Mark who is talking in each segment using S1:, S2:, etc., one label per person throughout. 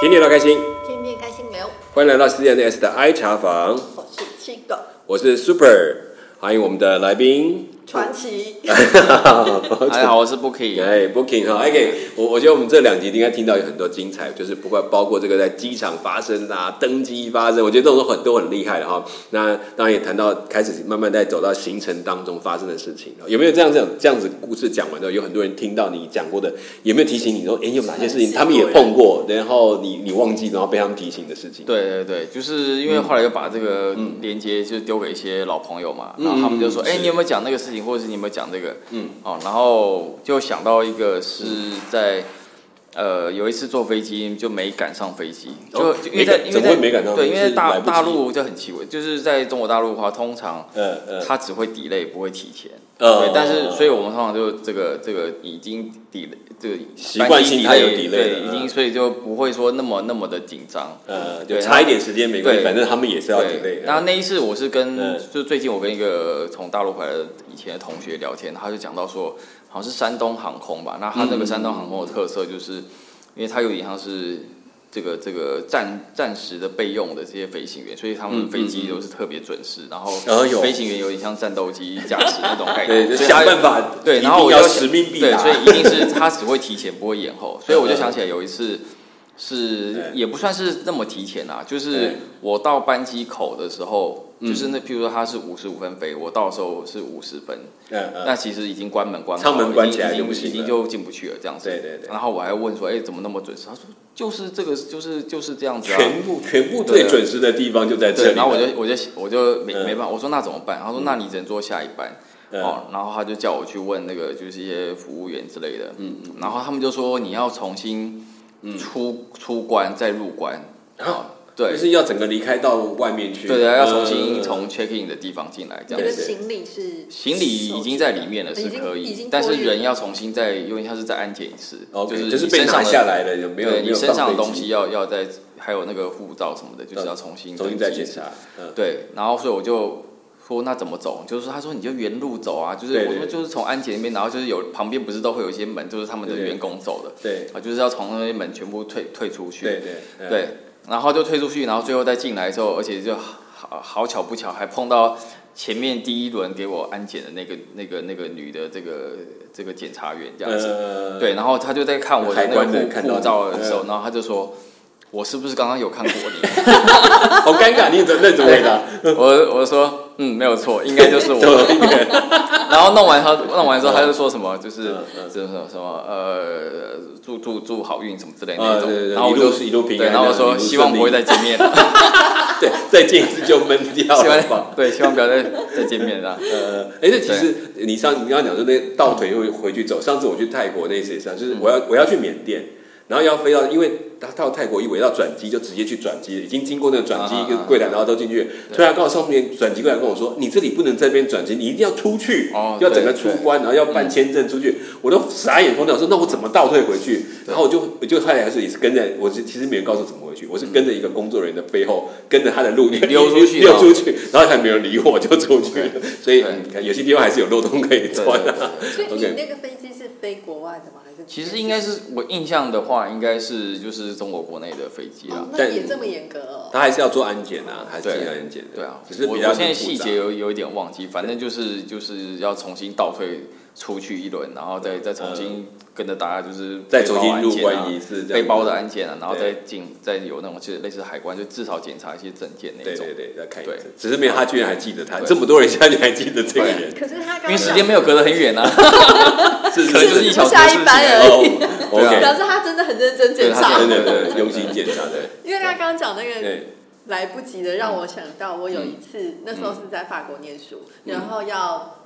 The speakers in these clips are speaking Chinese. S1: 天天都开心，
S2: 天天开心聊，
S1: 欢迎来到 CNS 的 I 茶房，
S2: 我是七个
S1: 我是 Super，欢迎我们的来宾，
S2: 传奇，
S3: 大家好，我是 Bookie。
S1: 哎，Booking 哈，OK，我我觉得我们这两集应该听到有很多精彩，就是不管包括这个在机场发生啊，登机发生，我觉得这种很多很厉害的哈。那当然也谈到开始慢慢在走到行程当中发生的事情，有没有这样这样这样子故事讲完之后，有很多人听到你讲过的，有没有提醒你说，哎，有哪些事
S3: 啊
S1: 情他们也碰过，然后你你忘记，然后被他们提醒的事情？
S3: 对对对，就是因为
S1: 嗯
S3: 后来又把这个连接就丢给一些老朋友嘛，然后他们就说：“
S1: 嗯嗯
S3: 哎、
S1: 是
S3: 你有没有讲那个事情，或者是你有没有讲这个？”
S1: 嗯，
S3: 哦，然后就想到一个是在呃有一次坐飞机就没赶上飞机，就、
S1: 哦
S3: 就因为在
S1: 没赶
S3: 因为
S1: 怎么
S3: 在
S1: 会没赶上
S3: 对，因为
S1: 是来
S3: 大
S1: 不及
S3: 大陆就很奇怪，就是在中国大陆的话，通常
S1: 呃呃，
S3: 它只会 delay 不会提前。
S1: 呃
S3: 对，但是所以我们通常就这个这个已经 delay 这个
S1: 习惯性它有 delay 的
S3: 对，已
S1: 嗯
S3: 经所以就不会说那么那么的紧张。
S1: 呃，就
S3: 对
S1: 差一点时间没关系，
S3: 对
S1: 反正他们也是要 d
S3: 对
S1: e，
S3: 那那一次我是跟、
S1: 嗯
S3: 就最近我跟一个从大陆回来的以前的同学聊天，他就讲到说，好像是山东航空吧。那他
S1: 嗯
S3: 那个山东航空的特色就是，因为它有点像是这个这个暂暂时的备用的这些飞行员，所以他们
S1: 嗯
S3: 的飞机都是特别准时，然后
S1: 哎呦
S3: 飞行员有点像战斗机驾驶那种 概
S1: 对，
S3: 念，
S1: 就
S3: 所以他
S1: 想办法，
S3: 对，然后
S1: 一
S3: 我
S1: 定要
S3: 就
S1: 使命必
S3: 对，
S1: 达，
S3: 所以一定是他只会提前，不会延后。所以我就想起来有一次是
S1: 对
S3: 也不算是那么提前啦，
S1: 对
S3: 就是我到班机口的时候，就是那譬如说他是五十五分飞，我到的时候是五十分，
S1: 嗯嗯，
S3: 那其实已经关门关好了
S1: 舱门关起来就
S3: 已经
S1: 不
S3: 已
S1: 行
S3: 经
S1: 了
S3: 已经就进不去了这样子。
S1: 对对对
S3: 然后我还问说，哎，怎么那么准时？他说就是这个，就是就是这样子啊。
S1: 全部全部最准时的地方就在这
S3: 对，
S1: 里，
S3: 然后我就我就我就没
S1: 嗯
S3: 没办法，我说那怎么办？他说那你只能坐下一班。
S1: 嗯
S3: 哦，然后他就叫我去问那个就是一些服务员之类的，嗯，然后他们就说你要重新
S1: 嗯
S3: 出、出关再入关，哦，对
S1: 就，是要整个离开到外面去，
S3: 对对，要重
S1: 嗯
S3: 新从 check in 的地方进来这
S2: 这
S3: 样
S2: 个
S3: 子。
S2: 行李是
S3: 行李已经在里面了，是可
S2: 已经已
S3: 以
S2: 经，
S3: 但是
S2: 托运了
S3: 人要重新再，因为它是再安检一次，
S1: OK，
S3: 是
S1: 就
S3: 就是
S1: 被
S3: 身
S1: 拿
S3: 上的
S1: 下来了，有没有？
S3: 对
S1: 没
S3: 你
S1: 有
S3: 身上的
S1: 放飞
S3: 东西
S1: 机
S3: 要要再，还有那个护照什么的，就是要重新
S1: 重新再
S3: 登记
S1: 检
S3: 一次
S1: 查，嗯，
S3: 对，然后所以我就说那怎么走？就是他说你就原路走啊，就是
S1: 对
S3: 我说
S1: 对
S3: 就是从安检那边，然后就是有旁边不是都会有一些门，就是他们的
S1: 对对
S3: 员工走的
S1: 对
S3: 啊，就是要从那些门全部退退出去。
S1: 对对嗯
S3: 对，然后就退出去，然后最后再进来的时候，而且就好好巧不巧还碰到前面第一轮给我安检的那个那个那个女的这个这个检察员这样子。
S1: 呃，
S3: 对，然后他就在看我
S1: 海
S3: 的那个
S1: 关的嗯看到
S3: 护护
S1: 你
S3: 照的时候，然后他就说：“我是不是刚刚有看过你？”
S1: 好尴尬，你怎么认怎么回 答？
S3: 我我说嗯没有错，应 该就是我。
S1: 对对对
S3: 然后弄完他弄完之后，他就说什么就是
S1: 嗯嗯
S3: 什么什么呃祝祝祝好运什么之类的
S1: 啊
S3: 那种
S1: 对对。对
S3: 然后我
S1: 一路
S3: 就是
S1: 一路平安
S3: 对，然后我
S1: 这样
S3: 说
S1: 一路
S3: 希望
S1: 顺利
S3: 不会再见面，啊
S1: 对，再见一次就闷掉
S3: 希
S1: 了吧
S3: 望。对希望不要再再见面啊 了。
S1: 呃，哎，那其实你上你刚刚讲说那倒腿会回去走，上次我去泰国那一次也是啊，就是我
S3: 嗯
S1: 要我要去缅甸，然后要飞到，因为他到泰国以为要转机，就直接去转机了，已经经过那个转机
S3: 啊啊啊
S1: 跟柜台，然后都进去，突然告诉上面转机柜台跟我说，你这里不能在这边转机，你一定要出去
S3: 哦，
S1: 要整
S3: 对嗯
S1: 个出关，然后要办签证出去，我都傻眼疯掉，说那我怎么倒退回去？然后我就我就后来还是也是跟着，我是其实没人告诉我怎么回去，我是跟着一个工作人员的背后，跟着他的路
S3: 你溜出去
S1: 溜
S3: 了
S1: 出去，然后还没有人理我，我就出去了。所以
S3: 对
S1: 嗯看有些地方还是有漏洞可以
S3: 对
S1: 钻
S3: 对对
S1: 啊。
S3: 对
S2: 所以你
S1: OK
S2: 那个飞机是飞国外的吗？还是
S3: 其实应该是我印象的话，应该是就是中国国内的飞机啦
S2: 哦。那
S1: 但
S2: 也这么严格哦。
S1: 他还是要做安检啊，还是
S3: 对
S1: 要安检的。
S3: 对啊，
S1: 只是
S3: 我
S1: 比
S3: 我
S1: 较
S3: 现在
S1: 复杂
S3: 细节有有一点忘记，反正就是就是要重新倒退出去一轮，然后再再重新跟着大家就是
S1: 嗯再重新入
S3: 背包安检啊
S1: 关一次，这样
S3: 背包的
S1: 子
S3: 安检啊，然后
S1: 对
S3: 再进再有那种就是类似海关，就至少检查一些证件那
S1: 对
S3: 种
S1: 对。对，再看一
S3: 对
S1: 次。只是没有他居然还记得他，
S3: 对
S1: 这么多人下去还记得这个人，
S2: 可是他刚刚
S3: 因为时间没有隔得很远啊，
S1: 是
S3: 可能就是一小时
S2: 下
S3: 的事
S2: 一
S3: 情
S2: 班
S3: 而已。
S1: 哦
S3: 对啊
S1: ，OK，
S2: 表示他真的很认真检
S3: 对他
S2: 查
S3: 真
S1: 真
S3: 的，
S1: 的对，
S3: 对
S1: 用心检查的，
S2: 因为他刚刚讲那个
S1: 对，
S2: 来不及的，让我想到我有一
S1: 嗯
S2: 次，那时候是在法国念书，然后要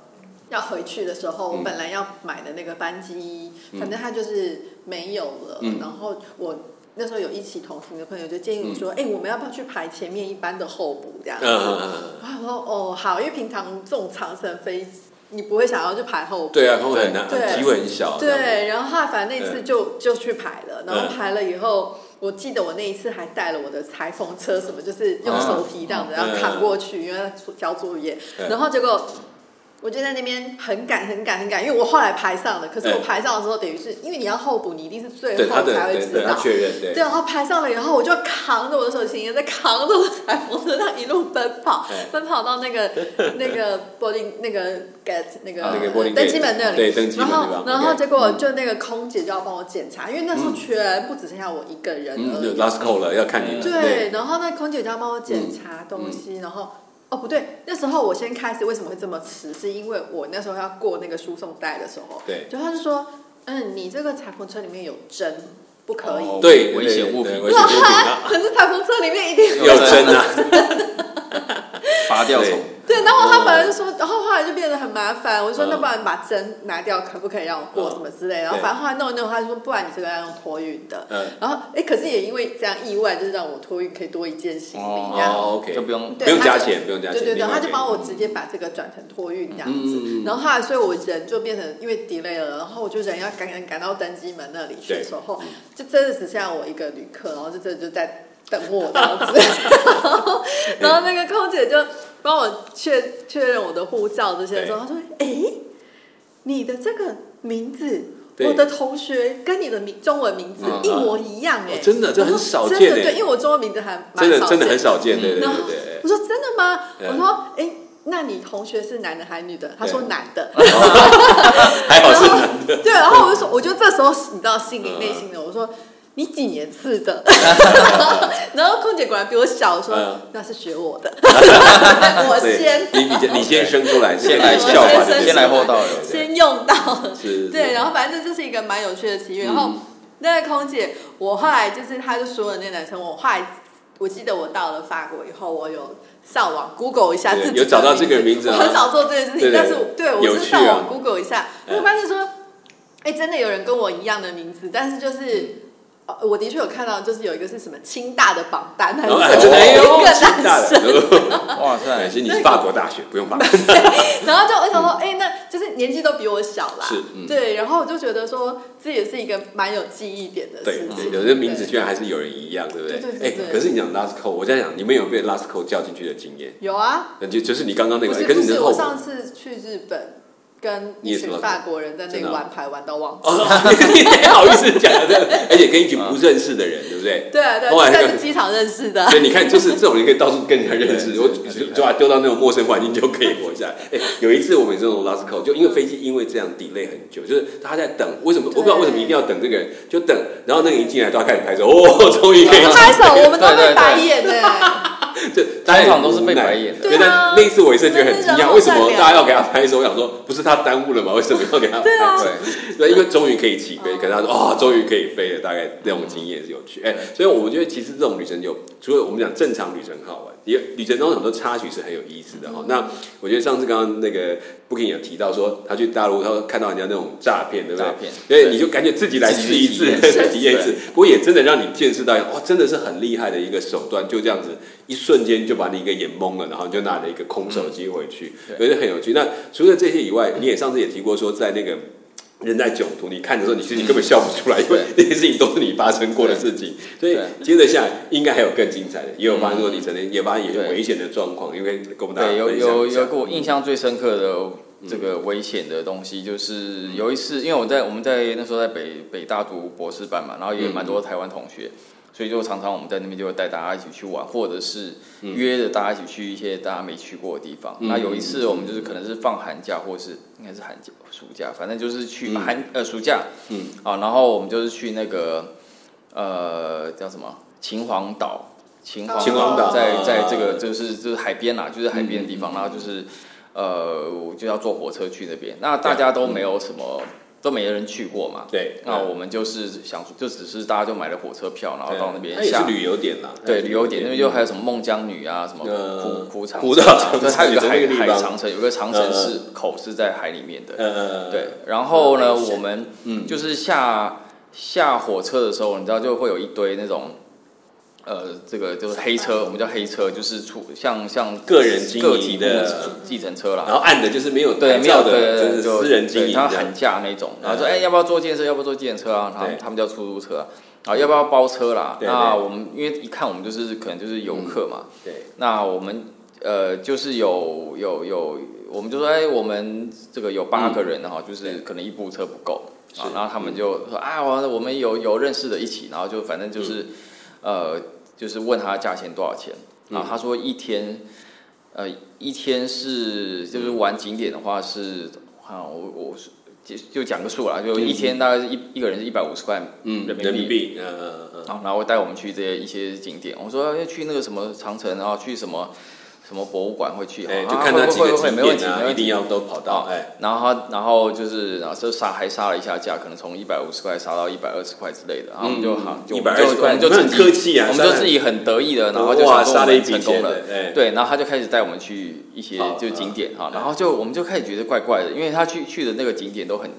S2: 要回去的时
S1: 嗯
S2: 候，我本来要买的那个班机，反正它就是没有了。
S1: 嗯
S2: 然后我那时候有一起同行的朋友就建议我说：“哎、我们要不要去排前面一班的候补这样
S1: 嗯
S2: 子？”
S1: 嗯嗯嗯，
S2: 然后我说：“哦，好，因为平常这种长程飞，你不会想要去排候补。”
S1: 对啊，他们很难，
S2: 对
S1: 机会很小，这样子，
S2: 对，然后后来反正那次就就去排了，然后
S1: 嗯
S2: 排了以后，我记得我那一次还带了我的裁缝车，什么就是用
S3: 啊
S2: 手提这样子，然后
S1: 嗯
S2: 扛过去，因为要交作业
S1: 嗯，
S2: 然后结果。我就在那边很赶很赶很赶，因为我后来排上了，可是我
S1: 哎
S2: 排上的时候，等于是因为你要候补，你一定是最
S1: 对他
S2: 后
S1: 的
S2: 才会
S1: 对
S2: 知
S1: 对他
S2: 道。
S1: 确认对
S2: 对，然后排上了以后，我就扛着我的手机，也在扛着我的彩虹车上一路奔跑
S1: 哎，
S2: 奔跑到那 个那个柏林那个 gate 那个
S1: 啊那个
S2: 呃
S1: 柏林 gate，
S2: 登机门那里，
S1: 对登机门
S2: 然
S1: 那
S2: 后
S1: 边
S2: 然后
S1: OK
S2: 结果就那个空姐就要帮我检查，因为那时候
S1: 嗯
S2: 全部只剩下我一个人而
S1: 嗯，
S2: 已
S1: 就。last call 了，要看你了。
S2: 对，然后那空姐就要帮我检查东
S1: 嗯
S2: 西，然后哦不对，那时候我先开始为什么会这么迟，是因为我那时候要过那个输送带的时候，
S1: 对
S2: 就他就说，嗯，你这个彩虹车里面有针，不可以。
S3: 哦
S1: 对
S3: 危险物品
S1: 对危险物品啊，
S2: 可是彩虹车里面一定
S1: 要真啊，
S3: 拔掉
S1: 对
S3: 虫。
S2: 对，然后他本来就说，然后后来就变得很麻烦。我就说，那不然把针拿掉，可不可以让我过
S1: 嗯
S2: 什么之类的？然后
S1: 对
S2: 反正后来弄一弄，他就说，不然你这个要用托运的。
S1: 嗯，
S2: 然后哎，可是也因为这样意外，就是让我托运可以多一件行李这样。
S1: 哦，OK，
S3: 就不用
S1: 不
S2: 对
S1: 用
S2: 他
S1: 加
S2: 就
S1: 钱，不用加钱，
S2: 对对
S1: 另
S2: 对，
S1: 外
S2: 他就
S1: 给
S2: 帮我直接把这个转成托运这样子，
S1: 嗯嗯嗯
S2: 然后后来所以我人就变成因为 delay 了，然后我就人要赶赶赶到登机门那里去
S1: 对嗯
S2: 的时候，就真的只剩下我一个旅客，然后就真的就在等我这样 子，然后那个空姐就帮我确确认我的护照这些的时候，她说：“哎、你的这个名字。”
S1: 对
S2: 我的同学跟你的名中文名字
S3: 嗯
S2: 一模一样哎、
S1: 哦真的这很
S2: 我说
S1: 少
S2: 真
S1: 见
S2: 的
S1: 哎
S2: 对，因为我中文名字还蛮
S1: 真的
S2: 少
S1: 真的
S2: 见
S1: 很少见，对对
S2: 然
S1: 对
S2: 后
S1: 对
S2: 我说真的吗？
S1: 嗯
S2: 我说哎、诶那你同学是男的还是女的？他说男 的。嗯
S1: 对，还好是男 的，
S2: 对，然后我就说，我就这时候你知道
S1: 嗯
S2: 心里内心的，我说你几年次 的？然后空姐果然比我小，我说、
S1: 嗯
S2: 那是学我 的，我先
S1: 对，你你你先生出来，
S3: 先来
S1: 你笑话
S2: 先生
S1: 这
S2: 出
S1: 个，
S2: 来
S3: 先来后到有。
S2: 先用到。
S1: 是，
S2: 对，然
S1: 后
S2: 后反正这就是一个蛮有趣的奇遇。然后
S1: 嗯
S2: 那个空姐，我后来就是她就说了那个男生，我后来我记得我到了法国以后，我有上网 Google 一下
S1: 对
S2: 自己的
S1: 有找到这个名字
S2: 我
S1: 啊
S2: 很少做这件事
S1: 对
S2: 情，
S1: 对
S2: 但是我对我
S1: 有
S2: 是
S1: 趣啊
S2: 上网 Google 一下，
S1: 嗯
S2: 我发现说，哎，真的有人跟我一样的名字，但是就是。呃我的确有看到，就是有一个是什么清大的榜单还是
S1: 然后
S2: 什么，
S1: 哎呦，
S2: 有一个
S1: 清大
S2: 男生，
S1: 的，
S3: 哇塞
S1: 感！谢你是法国大学，不用 法国，
S2: 然后就我想说，哎、那就是年纪都比我小啦，
S1: 是嗯
S2: 对，然后我就觉得说，这也是一个蛮有记忆点的
S1: 对
S2: 事，情。
S1: 对有的名字居然还是有人一样，对不
S2: 对对
S1: 哎
S2: 对对，
S1: 可是你讲 last call，我在想你们有被 last call 叫进去的经验？
S2: 有啊，
S1: 那就就是你刚刚那
S2: 不
S1: 个，
S2: 是
S1: 可
S2: 不
S1: 你
S2: 是，
S1: 的
S2: 我
S1: 后
S2: 上次去日本跟一群法国人在那里玩牌玩到忘记，
S1: 哦， 你好意思讲这个，而且跟一群不认识的人，对不对？
S2: 对啊对啊，
S1: 后来
S2: 就
S1: 那个
S2: 在机场认识的啊，
S1: 所以你看，就是这种人可以到处跟人家认识，
S3: 对
S1: 我
S3: 对对
S1: 就就把他丢到那种陌生环境就可以活下来。哎，有一次我们这种 last call，就因为飞机因为这样 delay 很久，就是他在等，为什么我不知道为什么一定要等这个人，就等，然后那个一进来，他开始拍手，哦，终于可以
S3: 对
S2: 拍手，我们都
S3: 对对
S2: 被
S3: 对
S2: 白眼呢。
S1: 这
S3: 通常都是被白眼
S2: 的
S1: 对，但那一次我也是觉得很惊
S2: 对啊
S1: 讶，为什么大家要给他拍手？我想说，不是他耽误了吗？为什么要给他拍
S2: 对啊
S1: 手？对，因为终于可以起飞，可能他说哦，终于可以飞了，大概那种经验是有趣。哎、所以我觉得其实这种旅程有，除了我们讲正常旅程好玩，也旅程当中很多插曲是很有意思的哈、那我觉得上次刚刚那个 Booking 有提到说，他去大陆，他看到人家那种诈骗，对不对？
S3: 诈骗
S1: 对，
S3: 对
S1: 你就感觉自己来试一次，
S3: 自己去
S1: 来
S3: 体
S1: 体验
S3: 验一
S1: 一
S3: 次
S1: 次。不过也真的让你见识到，哇，真的是很厉害的一个手段，就这样子一瞬间就把你给眼蒙了，然后你就拿了一个空手机回去，
S3: 嗯
S1: 觉得很有趣。那除了这些以外，你也上次也提过说，在那
S3: 嗯
S1: 个。人在囧途，你看的时候，你其实你根本笑不出来，因为 那些事情都是你发生过的事情。所以
S3: 对
S1: 接着下来，应该还有更精彩的，也有发生过你曾经也发生有些
S3: 对
S1: 危险的状况，因为跟我们大家
S3: 嗯对，有
S1: 分享
S3: 有
S1: 一
S3: 有
S1: 下
S3: 给我印象最深刻
S1: 嗯
S3: 的这个危险的东西，就是有一次，因为我在我们在那时候在北北大读博士班嘛，然后也有
S1: 嗯
S3: 蛮多台湾同学，所以就常常我们在那边就会带大家一起去玩，或者是约着大家一起去一些大家没去过的地方。
S1: 嗯
S3: 那有一次我们就是可能是放寒假，或是应该是寒假、暑假，反正就是去
S1: 嗯
S3: 寒呃暑假，
S1: 嗯，
S3: 啊，然后我们就是去那个呃叫什么秦皇岛。
S1: 哦
S3: 秦皇
S2: 秦皇岛
S3: 在在这
S1: 啊
S3: 个就是就是海边啦，就是海边的地方，然后就是呃，我就要坐火车去那边。那大家都没有什么，都没人去过嘛。
S1: 对，
S3: 那我们就是想，就只是大家就买了火车票，然后到
S1: 它
S3: 那边
S1: 哎也是
S3: 下。
S1: 旅游点啦，
S3: 对，旅游点那边就还有什么孟姜女啊，什么
S1: 呃
S3: 苦苦长
S1: 苦
S3: 城啊
S1: 长
S3: 对，它有一个
S1: 城那
S3: 海
S1: 个地
S3: 海
S1: 方
S3: 长城，有个长城
S1: 呃
S3: 是口是在海里面的。
S1: 呃，
S3: 对，然后呢，
S2: 危险
S3: 我们嗯
S1: 嗯
S3: 就是下下火车的时候，你知道就会有一堆那种，呃，这个就是黑车，我们叫黑车，就是出像像
S1: 个人经
S3: 个体
S1: 营
S3: 户
S1: 的，
S3: 计程车
S1: 然
S3: 啦，
S1: 后按的就是没有
S3: 对，
S1: 牌
S3: 没有
S1: 照
S3: 对
S1: 的，
S3: 对
S1: 就
S3: 对，
S1: 是
S3: 就
S1: 私人经营
S3: 对他
S1: 的，
S3: 喊价那种，然后说
S1: 嗯
S3: 哎要不要坐建车，要不要坐建车啊？然后
S1: 对
S3: 他们叫出租车啊，然后要不要包车啦？
S1: 对对
S3: 那我们因为一看我们就是可能就是游客嘛，
S1: 对，
S3: 那我们呃，就是有有有我们就说，哎，我们这个有八个人哈、就是可能一部车不够
S1: 是
S3: 啊，然后他们就说啊，我我们有有认识的一起，然后就反正就是、呃，就是问他价钱多少钱，然后他说一天，呃，一天是就是玩景点的话是，啊，我我是就就讲个数啦，就一天大概是一一个人是一百五十块
S1: 嗯，
S3: 人民币
S1: 人民币，嗯嗯嗯，
S3: 然后然后带我们去这些一些景点。我说要哎去那个什么长城，然后去什么什么博物馆会去，
S1: 哎，
S3: 啊
S1: 就看他几
S3: 会
S1: 个
S3: 会会
S1: 景
S3: 没问题，
S1: 点
S3: 没
S1: 啊，一
S3: 问
S1: 定
S3: 题。
S1: 要都跑到，哎，
S3: 然后他然后就是然后就杀还杀了一下价，可能从一百五十块杀到一百二十块之类的，然后我们就好，
S1: 嗯
S3: 就
S1: 一
S3: 我
S1: 百
S3: 们
S1: 二
S3: 就
S1: 十块，
S3: 我们就
S1: 你们
S3: 自
S1: 很
S3: 己
S1: 客气啊，
S3: 我们就
S1: 杀
S3: 自
S1: 了
S3: 己很得意的，然后就
S1: 哇
S3: 想说
S1: 杀
S3: 我
S1: 了一
S3: 们
S1: 笔
S3: 成功
S1: 钱
S3: 了
S1: 的，，哎，
S3: 对，然后他就开始带我们去一些
S1: 好
S3: 就
S1: 嗯
S3: 景点哈，
S1: 嗯
S3: 然后就我们就开始觉得怪怪的，因为他去去的那个景点都很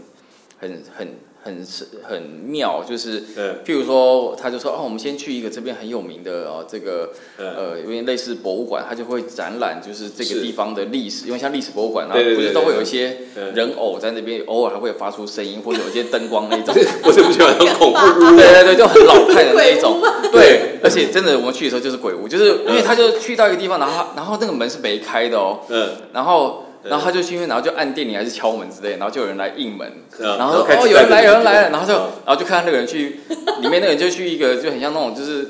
S3: 很很很很妙，就是
S1: 嗯
S3: 譬如说他就说哦，我们先去一个这边很有名的哦，这个
S1: 嗯，
S3: 呃有点类似博物馆，他就会展览就是这
S1: 是
S3: 个地方的历史，因为像历史博物馆啊，
S1: 对对对嗯
S3: 不是都会有一些
S1: 对
S3: 人偶在那边，偶尔还会发出声音 或者有一些灯光那种，
S1: 我是不喜欢那种恐怖
S3: 对
S1: 屋，
S3: 对对，就很老派的那一种
S2: 鬼屋。
S1: 啊
S3: 对，而且真的，我们去的时候就是鬼屋，就是因为他就去到一个地方，然后他然后那个门是没开的哦，
S1: 嗯，
S3: 然后
S1: 对
S3: 然后他就去那边，然后就按电铃还是敲门之类，然后就有人来应门，
S1: 然
S3: 然后
S1: 开
S3: 哦
S1: 始
S3: 有人来
S1: 带
S3: 有
S1: 着
S3: 人来了，
S1: 你
S3: 然后就
S1: 嗯
S3: 然后就看到那个人去里面那个人就去一个就很像那种就是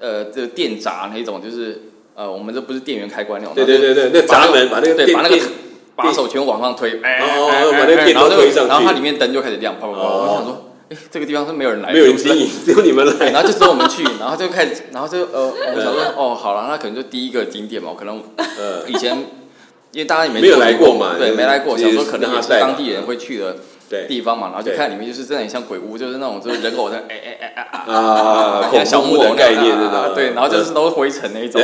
S3: 呃这个电闸那种，就是呃我们这不是电源开关那种，
S1: 对对对对，那
S3: 把那
S1: 闸
S3: 个
S1: 门把那个
S3: 对
S1: 电
S3: 把那个
S1: 电
S3: 把手全往上推，哎，
S1: 哦
S3: 哎
S1: 把那
S3: 哎
S1: 个
S3: 哎
S1: 电
S3: 然后
S1: 都
S3: 就
S1: 推上去
S3: 然后它里面灯就开始亮，啪啪啪，
S1: 哦
S3: 我想说，哎，这个地方是没有人来，
S1: 没有人经营， 只有你们
S3: 对，
S1: 来，
S3: 然后就只有我们去，然后就开始，然后就呃，我们想说，哦，好了，那可能就第一个景点嘛，可能
S1: 嗯，
S3: 以前因为大家也没
S1: 没有
S3: 去
S1: 来过嘛
S3: 对，
S1: 就是
S3: 没来过，
S1: 直
S3: 想
S1: 接
S3: 说可能也是
S1: 让他带嘛
S3: 当地人会去的
S1: 对
S3: 地方嘛，然后就
S1: 对
S3: 看里面就是真的很像鬼屋，就是那种就是人偶在哎哎哎哎啊，
S1: 啊，
S3: 像小
S1: 恐
S3: 木
S1: 怖
S3: 偶
S1: 的
S3: 那
S1: 概
S3: 样
S1: 念
S3: 啊
S1: 那
S3: 啊啊
S1: 种，
S3: 对，然后
S1: 嗯
S3: 就是都是灰尘那一种，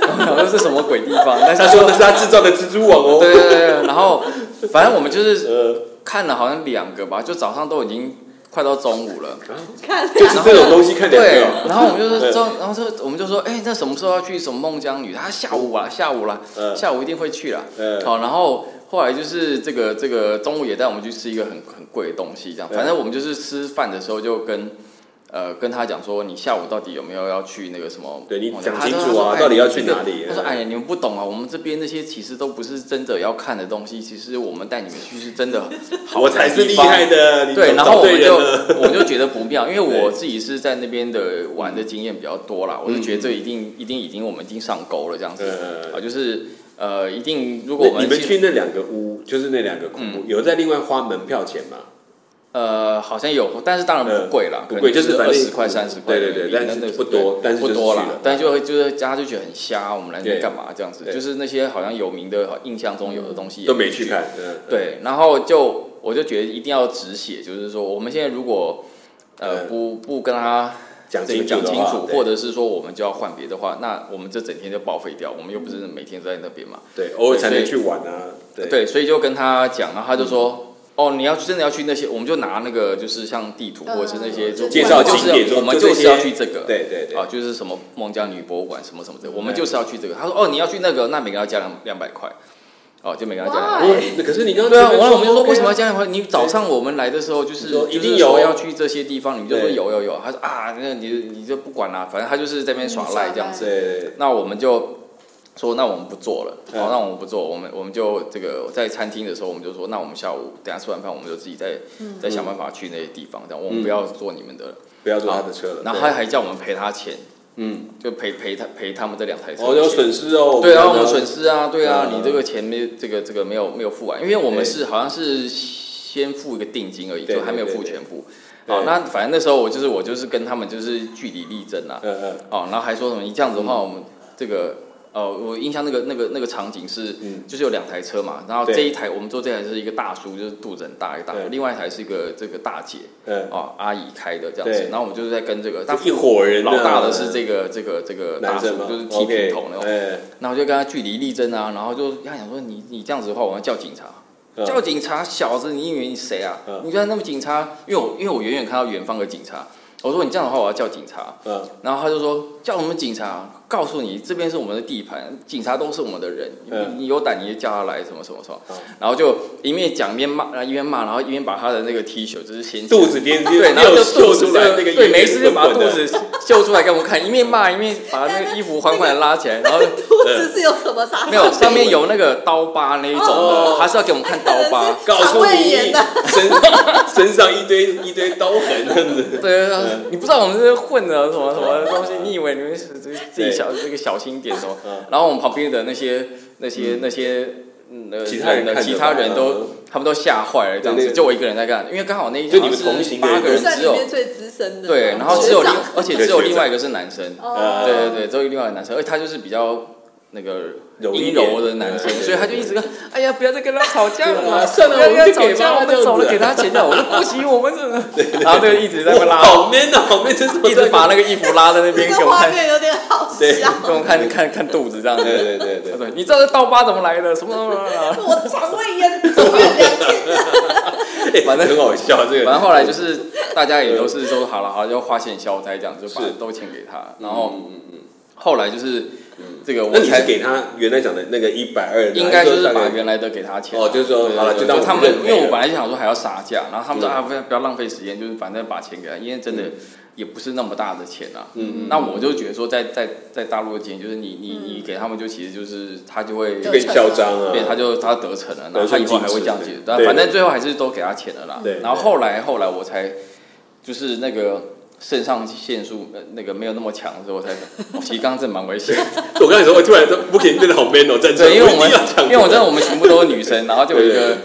S3: 然后这是什么鬼地方？但是
S1: 他说那是他制造的蜘蛛网哦，
S3: 对对对，对然后反正我们就是
S1: 呃，
S3: 看了好像两个吧，就早上都已经快到中午了。
S2: 看
S1: 就是这种东西看两
S3: 对
S1: 个哦，，
S3: 然后我们就是
S1: 对
S3: 说，然后就我们就说，哎、那什么时候要去什么孟姜女？他下午啦，下午啦，
S1: 嗯
S3: 下午一定会去啦。
S1: 嗯
S3: 好，然后后来就是这个这个中午也带我们去吃一个很很贵的东西，这样。
S1: 嗯
S3: 反正我们就是吃饭的时候就跟呃跟他讲说，你下午到底有没有要去那个什么？
S1: 对你
S3: 哦
S1: 讲
S3: 他
S1: 清
S3: 他
S1: 楚
S3: 说
S1: 啊
S3: 哎
S1: 到底要去
S3: 这个
S1: 哪里
S3: 他说：“
S1: 嗯
S3: 哎呀，你们不懂啊，我们这边那些其实都不是真的要看的东西，其实我们带你们去是真的好
S1: 我才是
S3: 地
S1: 厉
S3: 方
S1: 害的，你
S3: 对，
S1: 找
S3: 然后我
S1: 对
S3: 们
S1: 人
S3: 就
S1: 了
S3: 我们就觉得不妙，因为
S1: 对
S3: 我自己是在那边的玩的经验比较多啦，我就觉得这一定一定已经我们已经上钩了这样子
S1: 嗯
S3: 啊，就是呃，一定如果我
S1: 那
S3: 们嗯
S1: 你们
S3: 是
S1: 去那两个屋，就是那两个恐怖，有人在另外花门票钱吗？
S3: 呃，好像有，但是当然不贵啦，
S1: 嗯不贵
S3: 可能
S1: 就是反
S3: 二
S1: 正
S3: 十块三十块，
S1: 对对对但是
S3: 那那
S1: 不多但是就
S3: 不
S1: 是
S3: 多啦
S1: 去了，
S3: 但就会就是大家就觉得很瞎，我们来这边
S1: 对
S3: 干嘛这样子？
S1: 对
S3: 就是那些好像有名的、印象中有的东西也
S1: 都没
S3: 去
S1: 去看，嗯，
S3: 对，然后就我就觉得一定要止血，就是说我们现在如果呃
S1: 嗯
S3: 不不跟他
S1: 讲
S3: 这
S1: 清
S3: 个讲
S1: 的
S3: 清
S1: 话
S3: 楚，
S1: 对
S3: 或者是说我们就要换别的话，那我们这整天就报废掉，我们又不是每天在那边嘛。
S1: 对，偶尔才能
S3: 对
S1: 去玩啊，对嗯
S3: 对，所以就跟他讲，然后他就说。哦，你要真的要去那些，我们就拿那个就是像地图
S2: 嗯
S3: 或者是那些就
S1: 介绍
S3: 就
S1: 景点
S3: 是
S1: 说
S3: 我们
S1: 就这
S3: 就是要
S1: 些
S3: 去这个，
S1: 对对对
S3: 啊，就是什么孟姜女博物馆什么什么的，我们
S1: 对
S3: 就是要去这个。他说哦，你要去那个，那每个人要加两两百块，哦，就每个人要加两百块。
S1: 不过那可是你刚刚
S3: 对啊，
S1: 前面
S3: 完了我们就说
S1: OK 啊
S3: 为什么要这样？你早上我们来的时候就是
S1: 你说一定
S3: 就是
S1: 有
S3: 说要去这些地方，你们就说
S1: 对
S3: 有有有。他说啊，那你你就不管啦、反正他就是在那边嗯耍赖这样子。
S1: 对对对
S3: 那我们就说，那我们不做了，
S1: 嗯
S3: 好，那我们不做，我们我们就这个在餐厅的时候，我们就说，那我们下午等一下吃完饭，我们就自己再再想办法去那些地方，这样我们不要做你们的了。
S1: 不要坐他的车了，
S3: 然
S1: 嗯
S3: 后
S1: 对
S3: 他还叫我们赔他钱，
S1: 嗯，
S3: 就赔赔他赔他们这两台车
S1: 哦，
S3: 的
S1: 有
S3: 钱
S1: 损失哦，
S3: 对啊，我
S1: 们
S3: 们损失啊，对啊，
S1: 嗯
S3: 你这个钱没这个这个没有没有付完，因为我们
S1: 对
S3: 是好像是先付一个定金而已，
S1: 对
S3: 就还没有
S1: 对
S3: 付
S1: 对
S3: 全部。哦
S1: 对
S3: 好，那反正那时候我就是我就是跟他们就是据理力争啊，
S1: 嗯嗯，
S3: 哦，然后还说什么你这样子的话，我们这个呃，我印象那个那个那个场景是
S1: 嗯，
S3: 就是有两台车嘛，然后
S1: 对
S3: 这一台我们坐这台是一个大叔，就是肚子很大一个大叔
S1: 对，
S3: 另外一台是一个这个大姐
S1: 嗯
S3: 哦阿姨开的这样
S1: 对
S3: 子，然后我们就是在跟这个大
S1: 这一伙人啊
S3: 老大的是这个这个这个大
S1: 男
S3: 叔
S1: 生吗？
S3: 就是剃平头那种
S1: OK，。哎，
S3: 然后就跟他据理力争啊，然后就跟他讲说你你这样子的话，我要叫警察，
S1: 嗯
S3: 叫警察，小子，你以为你谁啊？
S1: 嗯
S3: 你居然那么警察？因为我因为我远远看到远方的警察，我说你这样的话，我要叫警察。
S1: 嗯，
S3: 然后他就说叫什么警察？告诉你这边是我们的地盘，警察都是我们的人，
S1: 嗯
S3: 你你有胆你就叫他来什么什么什么
S1: 好。
S3: 然后就一面讲一面骂，然后一面骂，然后一面把他的那个 T 恤就是掀起来
S1: 肚子边
S3: 对，然后就
S1: 秀
S3: 肚子
S1: 出来
S3: 就
S1: 那个
S3: 对，
S1: 圆
S3: 没事就把
S1: 滚滚
S3: 肚
S1: 的
S3: 子秀出来给我们看，一面骂一面把那个衣服缓缓地拉起来，然后
S2: 肚子是有什么杀
S3: 没有上面有那个刀疤那一种
S1: 哦
S3: 的，他是要给我们看刀 疤。
S1: 告诉
S2: 肠胃
S1: 你
S2: 炎的
S1: 身身上一堆一堆刀痕这样子。
S3: 对，他说你不知道我们是混的什么什么东西，你以为你们是自己小这个小心点什么
S1: 嗯？
S3: 然后我们旁边的那些那些那些嗯呃
S1: 其他人
S3: 的
S1: 看着
S3: 其他
S1: 吧
S3: 人
S1: 嗯
S3: 都他们都吓坏了，这样
S1: 对
S3: 子
S1: 对
S3: 就我一个人在干，因为刚好那一
S1: 就你们
S3: 好像
S1: 同
S3: 是
S1: 行的
S3: 八个
S1: 人
S3: 人
S2: 算
S3: 只
S2: 里
S3: 有
S2: 面最资深的，
S3: 对，然后只有
S2: 学
S3: 另
S2: 长
S3: 而且只有另外一个是男生，
S2: 哦，
S3: 对对对，只有另外一个男生，而且他就是比较那个
S1: 柔一
S3: 阴
S1: 点
S3: 柔的男生，
S1: 嗯
S3: 所以他就一直跟，哎呀，不要再跟他吵架
S1: 对啊
S3: 了，
S1: 算了
S3: 不要跟他
S1: 我们就
S3: 吵
S1: 给
S3: 架，
S1: 吧
S3: 我们走
S1: 这样子
S3: 了，给他钱的，我说不行，我们这，然后就一直在那边
S1: 哇
S3: 拉，
S1: 好 man 啊，好 man，这是
S3: 一直把那个衣服拉在那边
S2: 这
S3: 给
S2: 个
S3: 我
S2: 画
S3: 看，
S2: 面有点好
S1: 对
S2: 笑，
S3: 给我看看看肚子这样
S1: 对
S3: 子，
S1: 对对对
S3: 他。说你知道这刀疤怎么来的？什么什么什么？
S2: 我肠胃炎住院两 天，
S1: 欸
S3: 反正
S1: 很好笑，这个
S3: 反正后来就是大家也都是说好了，好了，就花钱消灾这样，就把
S1: 是
S3: 都钱给他，然
S1: 哦
S3: 后，后来就是这个我
S1: 嗯那你
S3: 才
S1: 是给他原来讲的那个一百二，
S3: 应该就是把
S1: 原
S3: 原来的给他钱啊。
S1: 哦就是说
S3: 对
S1: 好了
S3: 对
S1: 就
S3: 对
S1: 当
S3: 就他
S1: 我
S3: 们
S1: 们认，
S3: 因
S1: 赔
S3: 为我
S1: 了
S3: 本来就想说还要杀价，然后他们说
S1: 嗯
S3: 啊，不要不要浪费时间，就是反正把钱给他，因为真的也不是那么大的钱啊。
S1: 嗯嗯
S3: 那我就觉得说在，在在大陆的经验，就是你你你给他们，就其实就是他就会
S2: 就
S1: 被嚣张啊，
S3: 对，他就他得逞了，然
S1: 得
S3: 后他
S1: 寸
S3: 以后还
S1: 进
S3: 会
S1: 尺
S3: 这样
S1: 对
S3: 子，但
S1: 对
S3: 反正最后还是都给他钱了啦。
S1: 对
S3: 然后后来后来我才就是那个肾上腺素呃那个没有那么强的时候，我才哦其实刚刚真的蛮危险的。
S1: 我刚才说，我哎突然说不行，真的好 man 哦，站出来，
S3: 对，因为我
S1: 一
S3: 们
S1: 定要讲，
S3: 因为我知道我们全部都是女生，然后就有一个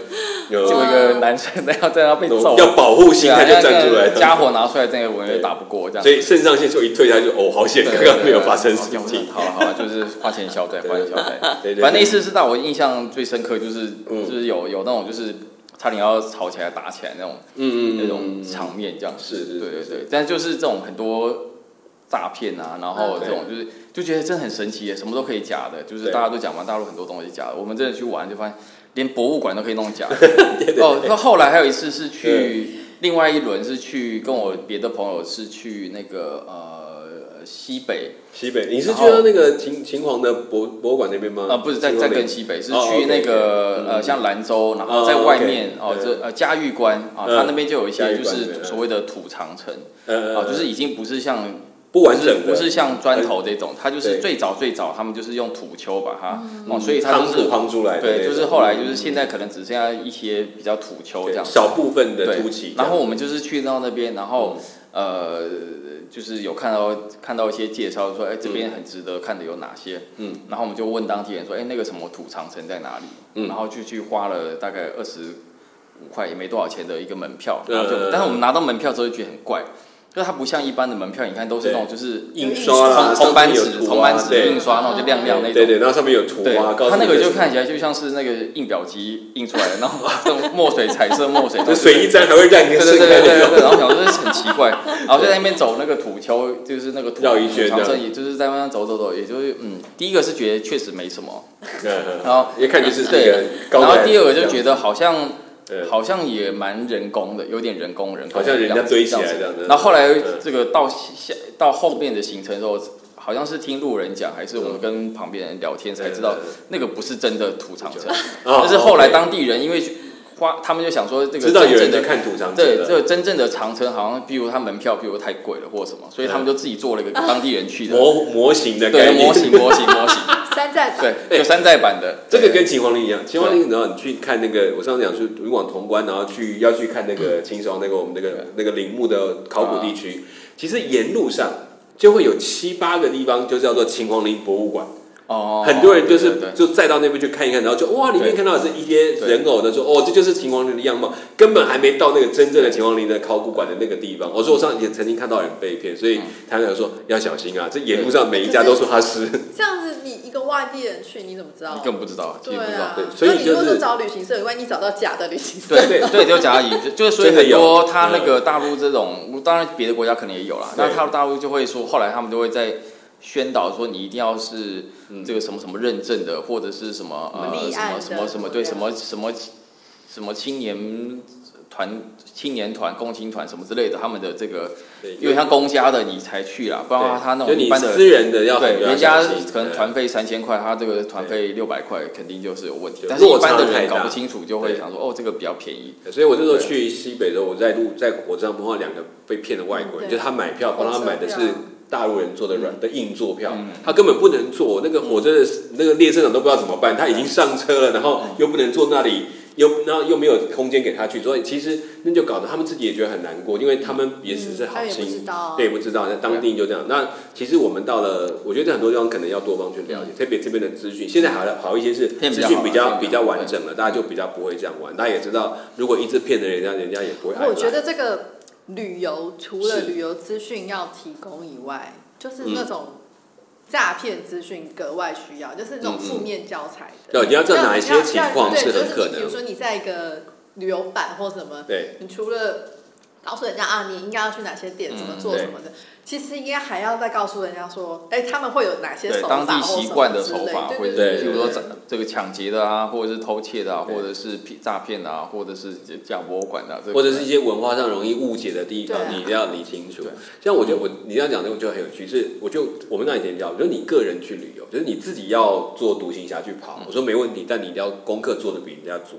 S1: 有
S3: 就有一个男生在要在那被揍，
S1: 要保护心，
S3: 对啊
S1: 他就站出
S3: 那
S1: 来，
S3: 个家伙拿出来，这个我也
S1: 对
S3: 打不过这样
S1: 所。以肾上腺素一退，他就哦，好险，
S3: 对
S1: 刚
S3: 对
S1: 刚没有
S3: 对
S1: 发生
S3: 对
S1: 事情。
S3: 好了好了，就是花钱消灾，花钱消灾。
S1: 对对，
S3: 反正
S1: 对
S3: 那一次是让我印象最深刻，就是
S1: 嗯
S3: 就是有有那种就是差点要吵起来、打起来那种
S1: 嗯嗯
S3: 那种
S1: 长
S3: 场面这样。
S1: 是是
S3: 对对
S1: 是
S3: 对，但就是这种很多诈骗啊，然后
S2: 嗯
S3: 这种就是就觉得真的很神奇耶，什么都可以假的，就是
S1: 对
S3: 大家都讲嘛，大陆很多东西假的，我们真的去玩就发现连博物馆都可以弄假 的。哦，那后来还有一次是去另外一轮是去跟我别的朋友是去那个呃西北，
S1: 西北，你是
S3: 然
S1: 去
S3: 后
S1: 到那个秦秦皇的博博物馆那边吗？
S3: 呃，不是在
S1: 秦
S3: 在
S1: 皇
S3: 更
S1: 陵
S3: 西北，是
S1: 哦
S3: 去那
S1: ，OK，OK，
S3: 个
S1: 嗯
S3: 呃，像兰州，然
S1: 哦
S3: 后在外面哦
S1: ，OK，，
S3: 这呃嘉峪关啊，
S1: 嗯
S3: 它那边就有一
S1: 嘉峪
S3: 些就
S1: 关对
S3: 是所谓的土长城
S1: 呃
S3: 啊，就是已经不是像
S1: 不完整的，
S3: 不是像砖头这种，它就
S1: 对
S3: 是最早最早他们就是用土丘把它哦，
S1: 嗯
S3: 所以它就
S1: 夯土
S3: 是
S1: 夯出来的那种，
S3: 对，就是后来就是现在可能只剩下一些比较土丘
S1: 对
S3: 这样子，
S1: 少部分的
S3: 对
S1: 凸起，嗯
S3: 然后我们就是去到那边，然后呃，就是有看到看到一些介绍说，哎，这边很值得看的有哪些？
S1: 嗯，
S3: 然后我们就问当地人说，哎，那个什么土长城在哪里？
S1: 嗯
S3: 然后就去花了大概二十五块，也没多少钱的一个门票，
S1: 嗯
S3: 然后就，但是我们拿到门票之后就觉得很怪。就是它不像一般的门票，你看都是那种就是
S1: 印刷啦，
S3: 铜铜
S1: 上
S3: 板
S1: 面有
S3: 纸、
S1: 图啊
S3: 铜板纸
S1: 对
S3: 印刷，那种就亮亮那
S1: 对
S3: 种。
S1: 对，然后上面有图
S3: 对，
S1: 啊，告诉
S3: 它那
S1: 你这
S3: 个
S1: 是
S3: 就看起来就像是那个印表机印出来的，然后 这种墨水彩色墨水，
S1: 就水一沾还会让你
S3: 对
S1: 盛
S3: 对对
S1: 开那
S3: 对对
S1: 种，
S3: 对，然后想说这是很奇怪，然后就在那边走那个土丘，就是那个土
S1: 绕一圈
S3: 长
S1: 这
S3: 城
S1: 样
S3: 也就是在那边走走走，也就是嗯，第一个是觉得确实没什么，
S1: 嗯
S3: 然后
S1: 嗯一看就是这个
S3: 对，
S1: 高
S3: 然
S1: 的
S3: 后第二个就觉得好像
S1: 对
S3: 好像也蛮人工的，有点人工人工
S1: 好
S3: 的这
S1: 像
S3: 样子，
S1: 人家堆起来这
S3: 这
S1: 样
S3: 样
S1: 子
S3: 子。然后后来
S1: 嗯
S3: 这个到下到后面的行程的时候，好像是听路人讲，还是我们跟旁边人聊天才知道
S1: 对对对
S3: 那个不是真的土长城，
S1: 哦
S3: 但是后来
S1: 哦
S3: 当地人因为花，他们就想说这个
S1: 知道有人
S3: 真
S1: 在
S3: 正的
S1: 看土长城
S3: 对，
S1: 了，
S3: 这个真正的长城好像，比如它门票，比如太贵了或什么，所以他们就自己做了一
S2: 啊
S3: 个当地人去的
S1: 模模型的概
S3: 对
S1: 念
S3: 模型，模型，模型，
S2: 山寨版，
S3: 对，有山寨版的。
S1: 这个
S3: 对
S1: 跟秦皇陵一样，秦皇陵，然后你去看那个，我上次讲是如往潼关，然后去要去看那个秦始皇那个我们那个那个陵墓的考古地
S3: 啊
S1: 区，其实沿路上就会有七八个地方，就叫做秦皇陵博物馆。
S3: 哦，
S1: 很多人就是
S3: 对对对
S1: 就再到那边去看一看，然后就哇，里面
S3: 对
S1: 看到的是一些
S3: 对
S1: 人偶的，说哦，这就是秦皇陵的样貌，根本还没到那个真正的秦皇陵的考古馆的那个地方。哦我说我上次也曾经看到人被骗，所
S3: 嗯
S1: 以他们说要小心啊，这沿路上每一家都说他是，
S2: 这样子你一个外地人去，你怎么知道
S3: 你？根本不知道，其
S2: 对
S3: 实不知
S2: 啊
S3: 道。，
S1: 对所以
S2: 那你如果
S1: 就是
S2: 说找旅行社以外，你找到假的旅行社，
S3: 对对对，就假以，就是所以
S1: 真的
S3: 很
S1: 有嗯
S3: 多他那个大陆这种，当然别的国家可能也有啦，
S1: 对
S3: 那他大陆就会说，后来他们就会在宣导说，你一定要是
S1: 嗯
S3: 这个什么什么认证的，或者是什么呃
S2: 立
S3: 什
S2: 案
S3: 么
S2: 的
S3: 什么什么对
S2: 什
S3: 什
S2: 么
S3: 么什么什么青年团、青年团、共青团什么之类的，他们的这个
S1: 对
S3: 因为像公家的你才去啦，不然的话他那
S1: 就
S3: 种一
S1: 你
S3: 般的
S1: 私人的要
S3: 对，
S1: 很要
S3: 人家
S1: 小心
S3: 可能团费三千块，他这个团费六百块，肯定就是有问题
S1: 就。
S3: 但是一般
S1: 落
S3: 的
S1: 差太
S3: 人
S1: 大
S3: 搞不清楚，就会
S1: 对
S3: 想说哦，这个比较便宜。
S1: 所以我那时候去西北的时候，我在路在火车上碰到两个被骗的外国人，
S2: 嗯
S1: 就
S2: 对
S1: 是他买票，帮他买的是大陆人做的
S3: 嗯
S1: 软的硬座票，他根本不能坐。那个火车的那个列车长都不知道怎么办，他已经上车了，然后
S3: 嗯
S1: 又不能坐那里，又然后又没有空间给他去，所以其实那就搞得他们自己也觉得很难过，因为他们也只是
S2: 嗯他
S1: 好
S2: 也不知
S1: 心，
S2: 道，
S1: 对，不知道，那当地就这样。那其实我们到了，我觉得很多地方可能要多方去了解，特别这边的资讯，现在好了好一些是
S3: 现在
S1: 资
S3: 嗯
S1: 讯
S3: 比较好
S1: 比
S3: 现
S1: 较
S3: 在
S1: 比较
S3: 比较好
S1: 完整了，大家就比较不会这样玩，大家也知道，如果一直骗的人家，人家也不会爱
S2: 我觉
S1: 来
S2: 得这个旅游除了
S1: 是
S2: 旅游资讯要提供以外，就是那种诈骗资讯格外需要，就是那种
S1: 嗯嗯
S2: 负面教材的。
S1: 对，嗯你要知道哪一
S2: 要
S1: 些
S2: 要
S1: 情况
S2: 对
S1: 是
S2: 就
S1: 很可
S2: 你比
S1: 能
S2: 如。说你在一个旅游版或什么，
S1: 对，
S2: 你除了告诉人家啊，你应该要去哪些店，怎么做
S3: 嗯对
S2: 什么的，其实应该还要再告诉人家说，哎，他们会有哪些
S3: 对
S2: 手
S3: 当
S2: 法
S3: 地
S2: 或
S3: 习
S2: 什
S3: 惯
S2: 么
S3: 的
S2: 之
S3: 手
S2: 类
S3: 法，
S2: 对
S3: 会
S2: 对
S1: 对
S2: 对
S3: 譬
S1: 对
S3: 如说
S1: 对
S3: 诈这个抢劫的啊，或者是偷窃的啊，
S1: 对
S3: 或者是骗诈骗的啊，或者是假博馆的啊，这个
S1: 或者是一些文化上容易误解的地方，
S2: 对啊
S1: 你一定要理清楚
S3: 对。
S1: 像我觉得我你这样讲这个就很有趣，是我就我们那以前聊，就是你个人去旅游，就是你自己要做独行侠去跑，我说没问题，但你一定要功课做的比人家足，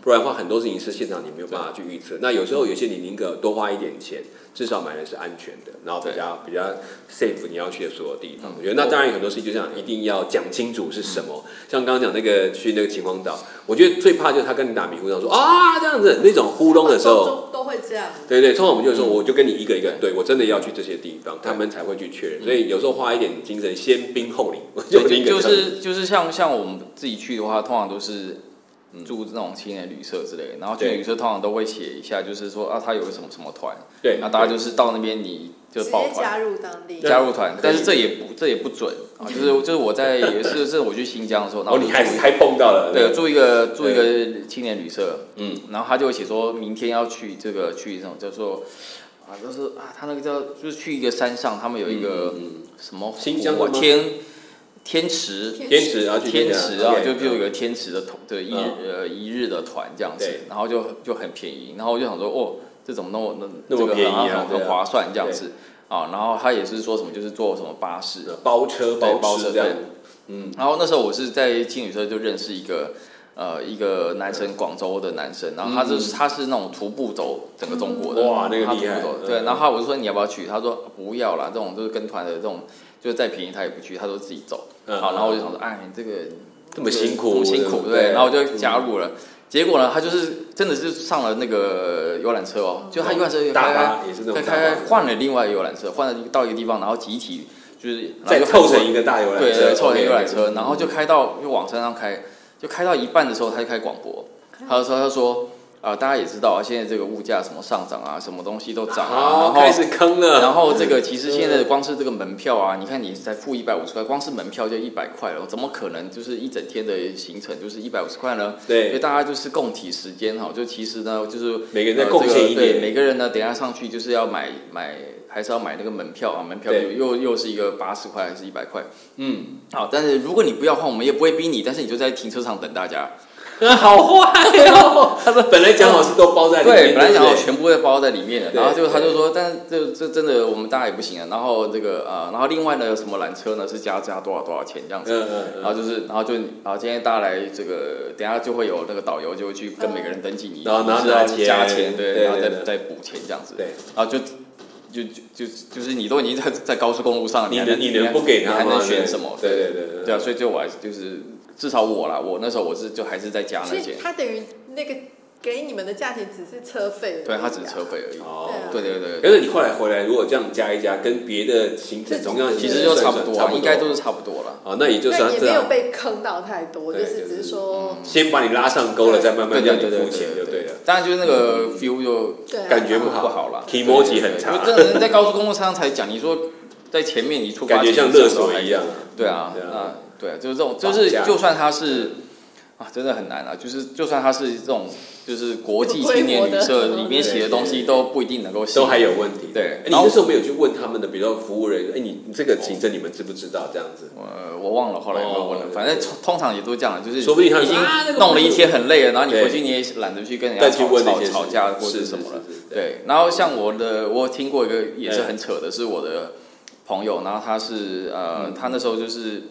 S1: 不然的话很多事情是现场你没有办法去预测。那有时候有些你宁可多花一点钱，至少买的是安全的，然后比较比较 safe 你要去的所有地方。
S3: 嗯
S1: 我觉得那当然有很多事情就这样，一定要讲清楚是什么。像刚刚讲那个去那个秦皇岛，我觉得最怕就是他跟你打迷糊仗说啊这样子那种糊弄的时 候。
S2: 都都会这样。
S1: 对对，通常我们就
S3: 嗯
S1: 说，我就跟你一个一个，对我真的要去这些地方，他们才会去确认。所以有时候花一点精神，先兵后礼， 我
S3: 对
S1: 就一个
S3: 就就
S1: 一个
S3: 是就是像像我们自己去的话，通常都是住那种青年旅社之类的，然后青
S1: 对
S3: 年旅社通常都会写一下，就是说啊，他有个什么什么团，
S1: 对，
S3: 那大家就是到那边你就
S2: 直
S3: 报
S2: 接
S3: 团。
S2: 加入当地，
S3: 加入团
S1: 可以，
S3: 但是这也不这也不准啊，就是就是我在也是是我去新疆的时候，然后
S1: 哦，
S3: 我就
S1: 你还
S3: 住一
S1: 还碰到了，
S3: 对，住一个住一个青年旅社，
S1: 嗯，
S3: 然后他就会写说明天要去这个去那种叫做啊，就是啊，他那个叫就是去一个山上，他们有一个
S1: 嗯
S3: 什么湖
S1: 新疆的吗
S3: 天天池
S1: 天池啊，去
S3: 天池啊，就比如有
S1: 个
S3: 个天池的团，对一日呃一日的团这样
S1: 嗯
S3: 子
S1: 对，
S3: 然后就就很便宜，然后我就想说哦，这怎么那么
S1: 那么
S3: 这个
S1: 便宜啊
S3: 好像
S1: 对啊
S3: 很很划算这样子啊，然后他也是说什么就是坐什么巴士，
S1: 包车
S3: 对
S1: 包
S3: 包
S1: 吃
S3: 车
S1: 这样
S3: 对，
S1: 嗯，
S3: 然后那时候我是在青旅社就认识一个呃一个男生，广州的男生，然后他是、他是那种徒步走整个中国的，
S1: 哇那个
S3: 他
S1: 厉害
S3: 徒步走
S1: 嗯
S3: 对，然后他我就说你要不要去？他说不要啦，这种就是跟团的这种，就是再便宜他也不去，他说自己走。
S1: 嗯
S3: 好，然后我就想说，哎，你这个
S1: 这么辛苦，嗯
S3: 这么辛苦，对，然后我就加入了。结果呢，他就是真的是上了那个游览车哦，就他游览车
S1: 大
S3: 开
S1: 巴也是那种
S3: 开
S1: 大
S3: 开
S1: 巴
S3: 换了另外一个游览车，换了到一个地方，然后集体就是然后
S1: 再
S3: 就
S1: 凑
S3: 很多
S1: 成一个大游览
S3: 对
S1: 车，
S3: 对，凑成游览车，
S1: OK，
S3: 然后就开到就往山上开，就开到一半的时候，他就开广播，他就说他说啊、大家也知道啊，现在这个物价什么上涨啊，什么东西都涨啊
S1: 好，，
S3: 然
S1: 哦开
S3: 后
S1: 始坑了，
S3: 然后这个其实现在的光是这个门票啊，你看你才付一百五十块，光是门票就一百块了，怎么可能就是一整天的行程就是一百五十块呢？所以
S1: 对，
S3: 大家就是共体时间哈，就其实呢，就是
S1: 每个人再贡献一
S3: 呃这个对，
S1: 点，
S3: 每个人呢，等一下上去就是要买买，还是要买那个门票啊，门票又
S1: 对
S3: 又又是一个八十块还是一百块？
S1: 嗯，
S3: 好，但是如果你不要换，我们也不会逼你，但是你就在停车场等大家。
S1: 好坏哦，他们本来讲好是都包在里面，
S3: 本来
S1: 对
S3: 想要
S1: 不对
S3: 全部会包在里面的，
S1: 对
S3: 然后就他
S1: 对
S3: 就说，但是这这真的我们大家也不行啊。然后这个呃，然后另外呢，什么缆车呢是加加多少多少钱这样子。
S1: 嗯嗯嗯
S3: 然，后就是，然后就，然后今天大家来这个，等一下就会有那个导游就会去跟每个人登记你，
S1: 然后然后
S3: 你是来
S1: 拿钱
S3: 加钱，
S1: 对
S3: 对，然后再
S1: 对对
S3: 再补钱这样子，
S1: 对，
S3: 然后就就就就就是你都已经在在高速公路上，
S1: 你
S3: 还
S1: 能
S3: 能
S1: 你能不给他吗？
S3: 你还能选什么？
S1: 对对对对
S3: 对啊，所以就我还是就是至少我啦，我那时候我是就还是在加
S2: 所
S3: 那
S2: 以
S3: 间，
S2: 他等于那个给你们的价钱只是车费而已啊，
S3: 对，它只是车费而已。
S1: 哦，
S3: 对对对
S1: 可
S3: 对，
S1: 是你后来回来，如果这样加一加，跟别的行程同样的
S2: 对
S1: 行
S3: 其
S1: 程
S3: 实
S1: 算一
S3: 就
S1: 算，
S3: 差不多
S1: 差
S3: 啊，
S1: 不多
S3: 应该都是差不多了。
S1: 哦，那也就
S2: 但
S1: 算
S2: 也
S1: 这
S2: 没有
S1: 样，
S2: 被坑到太多，
S1: 对
S2: 就是只是说，
S1: 先把你拉上钩了，再慢慢让你付钱就对
S3: 对
S1: 了。
S3: 当然就是那个 feel 就
S2: 对啊，
S1: 感觉不
S3: 嗯
S1: 好
S3: 不好了，
S1: 提摩吉很
S3: 对
S1: 差，
S3: 对对因为这人在高速公路上才讲，你说在前面你出发
S1: 感觉像勒索一样。
S3: 对啊，
S1: 对啊
S3: 那对啊，就是这种，
S1: 绑架
S3: 就是就算他是啊，真的很难啊，就是就算他是这种，就是国际青年旅
S2: 规模
S3: 社
S2: 的
S3: 里面写的东西都不一定能够吸
S1: 都
S3: 引
S1: 还有问题，
S3: 对
S1: 哎你
S3: 然后
S1: 那时候没有去问他们的，比如说服务人员，哎，你你这个行程你们知不知道？这样子，
S3: 呃，我忘了后来有没有问了
S1: 哦，
S3: 反正通通常也都这样，就是
S1: 说不定他
S3: 已经
S1: 啊那个不
S3: 弄了一天很累了，然后你
S1: 对
S3: 回去你也懒得去跟人家
S1: 再去
S3: 吵
S1: 问那
S3: 吵
S1: 些事
S3: 吵架或
S1: 是
S3: 者
S1: 是
S3: 什么了
S1: 是是是。
S3: 对，然后像我的，我有听过一个也是很扯的，是我的
S1: 嗯
S3: 朋友，然后他是呃，他那时候就是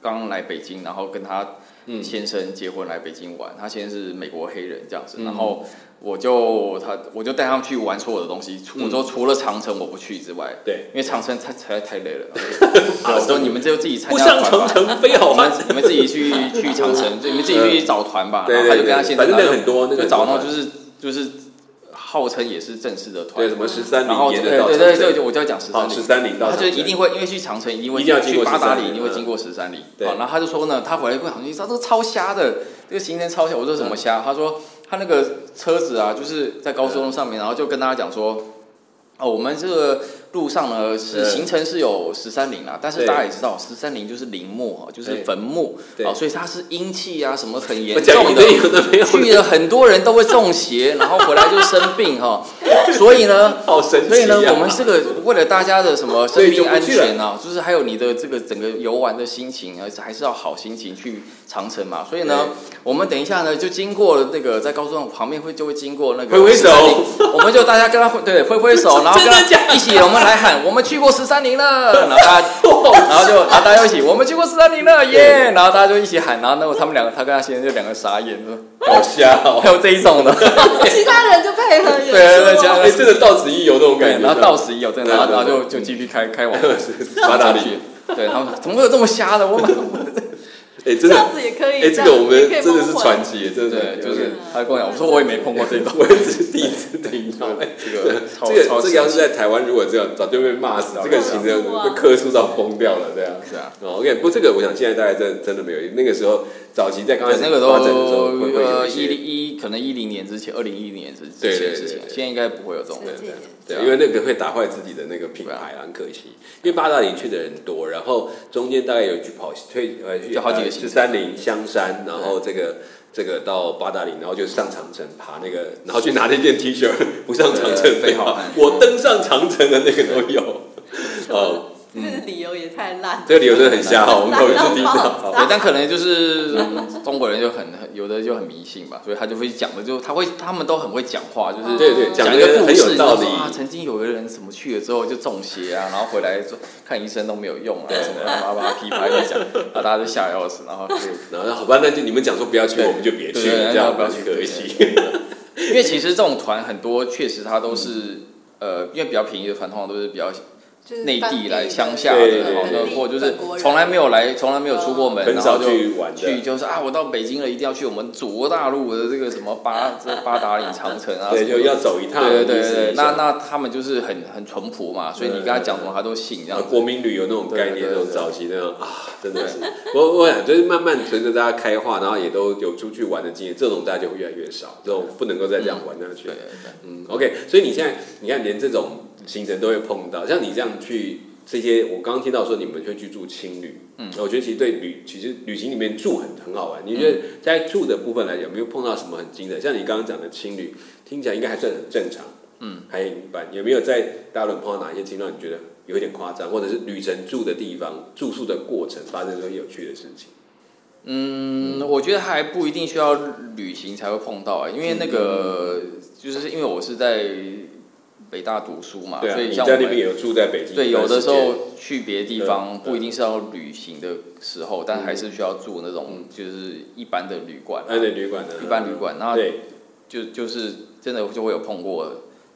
S3: 刚来北京，然后跟他
S1: 嗯
S3: 先生结婚来北京玩，他先生是美国黑人这样
S1: 嗯
S3: 子，然后我就他我就带他们去玩所有的东西，
S1: 嗯
S3: 除我说除了长城我不去之外，
S1: 对
S3: 因为长城太太太累了， 对我说你们就自己参
S1: 不
S3: 加
S1: 上
S3: 团
S1: 城
S3: 吧。
S1: 城非好
S3: 你们
S1: 汉。
S3: 你们自己去去长城，就你们自己去找团吧。
S1: 对
S3: 然后他
S1: 对
S3: 就跟他
S1: 对
S3: 先
S1: 反
S3: 生，
S1: 正
S3: 然后
S1: 那很多那个
S3: 就找那
S1: 很
S3: 种就是就是号称也是正式的团
S1: 对，什，么十三
S3: 然后
S1: 陵
S3: 对
S1: 沿着到
S3: 对
S1: 长
S3: 对
S1: 城，
S3: 对，对我就要讲十
S1: 好
S3: 三
S1: 哦十
S3: 陵，
S1: 三陵到
S3: 他
S1: 长
S3: 就
S1: 城，
S3: 一定会，因为去长城一定会
S1: 一定要经
S3: 去
S1: 过
S3: 八达
S1: 13
S3: 岭，
S1: 里
S3: 一定会
S1: 嗯
S3: 经过十三里。
S1: 对
S3: 好然后他就说呢，他回来跟我讲，你知道这个超瞎的，这个行程超瞎。我说
S1: 嗯
S3: 什么瞎？他说他那个车子啊，就是在高速公路上面，然后就跟大家讲说，哦，我们这个路上呢是
S1: 嗯
S3: 行程是有十三陵啊，但是
S1: 对
S3: 大家也知道，十三陵就是陵墓啊，就是
S1: 对
S3: 坟墓
S1: 对
S3: 啊，所以它是阴气啊什么很严
S1: 我讲
S3: 重
S1: 一
S3: 的。
S1: 堆有的没有的，
S3: 去了很多人都会中邪，然后回来就生 病哈、所以呢，
S1: 好神
S3: 所以
S1: 奇
S3: 呢，
S1: 啊！
S3: 我们这个为了大家的什么
S1: 所
S3: 生
S1: 以就
S3: 命
S1: 不
S3: 安
S1: 去了
S3: 全啊，就是还有你的这个整个游玩的心情，而且还是要好心情去长城嘛。所以呢，我们等一下呢，就经过了那个在高速公路旁边会就会经过那个
S1: 挥挥手
S3: 13陵，我们就大家跟他挥对挥 挥手，然后跟
S1: 真的假的
S3: 他一起我们来喊我们去过十三 陵了，然后大家。然后就，然后大家一起，我们去过十三陵了，耶！然后大家就一起喊，然后那个他们两个，他跟他先生就两个傻眼，说
S1: 好瞎哦！
S3: 还有这一种 的，
S2: 其他人就配合演出。
S3: 对对对加
S1: 哎，真的到此一游那种感
S3: 对，
S1: 觉。
S3: 然后到此一游，真的，然后
S1: 对
S3: 然后
S1: 对
S3: 就就继续开开往
S1: 八达
S3: 进去
S1: 岭，
S3: 对他们说怎么会有这么瞎的？我们我
S1: 哎，真
S2: 这
S1: 的，
S2: 样子也可以。
S1: 哎，这个我
S2: 也
S1: 们
S2: 可以
S1: 真的是
S2: 蒙混
S1: 传奇，真的
S3: 对，
S1: 是
S3: 就是他跟我讲，我说我也没碰过这种，
S1: 我也是第一次听到。哎
S3: 这个超
S1: 这个
S3: 超
S1: 这个要是在台湾，如果这样，早就被骂死。这个行程
S2: 对啊
S1: 被科数到疯掉了，对啊。
S3: 是啊，
S1: 哦，OK，不过这个我想现在大概真真的没有，那个时候早期在刚开
S3: 对
S1: 始
S3: 那个
S1: 发展的时候，会
S3: 都
S1: 会有
S3: 呃
S1: 一
S3: 一
S1: 些
S3: 零一可能一零年之前，二零一零年之
S1: 对对
S3: 之前的事情啊
S1: 对，对
S3: 现在应该不会有这种
S2: 对
S3: 人。
S1: 对
S3: 对
S1: 对，
S3: 啊
S1: 因为那个会打坏自己的那个品牌啊，很可惜。因为八大岭去的人多，然后中间大概有去跑退呃去
S3: 就好几个行
S1: 十
S3: 程
S1: 三陵、香山，然后这个这个到八大岭，然后就上长城爬那个，然后去拿那件 T 恤，不上长城
S3: 对
S1: 非
S3: 非好
S1: 好
S3: 汉，
S1: 我登上长城的那个都有。 哦，
S2: 这个
S3: 嗯
S2: 理由也太烂。
S1: 这个理由真的很瞎哦，我们头一次听
S2: 烂
S1: 到
S2: 到。爆
S1: 好
S3: 对，但可能就是、嗯中国人就很很有的就很迷信吧，所以他就会讲的就他会他们都很会讲话，就是
S1: 对对，
S3: 讲
S1: 的
S3: 一个故
S1: 很
S3: 事，
S1: 有
S3: 然后
S1: 道
S3: 说
S1: 理。
S3: 啊，曾经有个人怎么去了之后就中邪啊，然后回来做看医生都没有用啊，什么叭叭噼啪一讲，然后大家就吓得要死，然后就
S1: 然后好吧，那就你们讲说不要去，
S3: 对
S1: 我们就别去，
S3: 对对
S1: 这
S3: 对
S1: 样
S3: 不要
S1: 蛮
S3: 去
S1: 可惜。
S3: 因为其实这种团很多，确实它都是、呃，因为比较便宜的团，通常都是比较
S2: 就是
S3: 内
S2: 当
S3: 地
S2: 的
S3: 来
S2: 人
S3: 乡下
S1: 对对
S3: 的，
S1: 对
S3: 然后
S1: 对
S3: 呢，
S2: 本
S3: 或者就是
S2: 本国人嗯
S3: 从来没有来，从来没有出过门，
S1: 很
S3: 然
S1: 少
S3: 后就
S1: 去玩的
S3: 去就是啊，我到北京了，一定要去我们祖国大陆的这个什么八 这八达岭长城啊，
S1: 对，
S3: 什么
S1: 就
S3: 的
S1: 要走一趟。
S3: 对对
S1: 意
S3: 对
S1: 思
S3: 对
S1: 一，下
S3: 那那他们就是很很淳朴嘛，所以你跟他讲什么他都信，这
S1: 然
S3: 样
S1: 后
S3: 子
S1: 啊国民旅游那种概念，
S3: 对对对
S1: 那种早期那种啊，真的是，我我想就是慢慢随着大家开化，然后也都有出去玩的经验，这种大家就会越来越少，这种不能够再这样玩下去
S3: 对。对
S1: 嗯，OK，所以你现在你看连这种行程都会碰到，像你这样去这些，我刚刚听到说你们会去住青旅，嗯，我觉得其实对旅其实旅行里面住很很好玩。你觉得在住的部分来讲，有没有碰到什么很惊人？像你刚刚讲的青旅，听起来应该还算很正常，嗯，还一般。有没有在大陆碰到哪些情况？你觉得有一点夸张，或者是旅程住的地方、住宿的过程发生了有趣的事情？
S3: 嗯，我觉得还不一定需要旅行才会碰到、欸，因为那个就是因为我是在北大读书嘛，
S1: 对啊，
S3: 所以
S1: 你
S3: 像我
S1: 在那边
S3: 们
S1: 也有住在北京
S3: 对
S1: 一段
S3: 有的
S1: 时
S3: 时
S1: 间
S3: 候去别的地
S1: 对
S3: 方
S1: 对
S3: 不一定是要旅行的时候，但还是需要住那
S1: 嗯
S3: 种就是一般的旅馆、
S1: 安的旅馆呢，
S3: 一般旅馆，然后
S1: 对
S3: 就就是真的就会有碰过，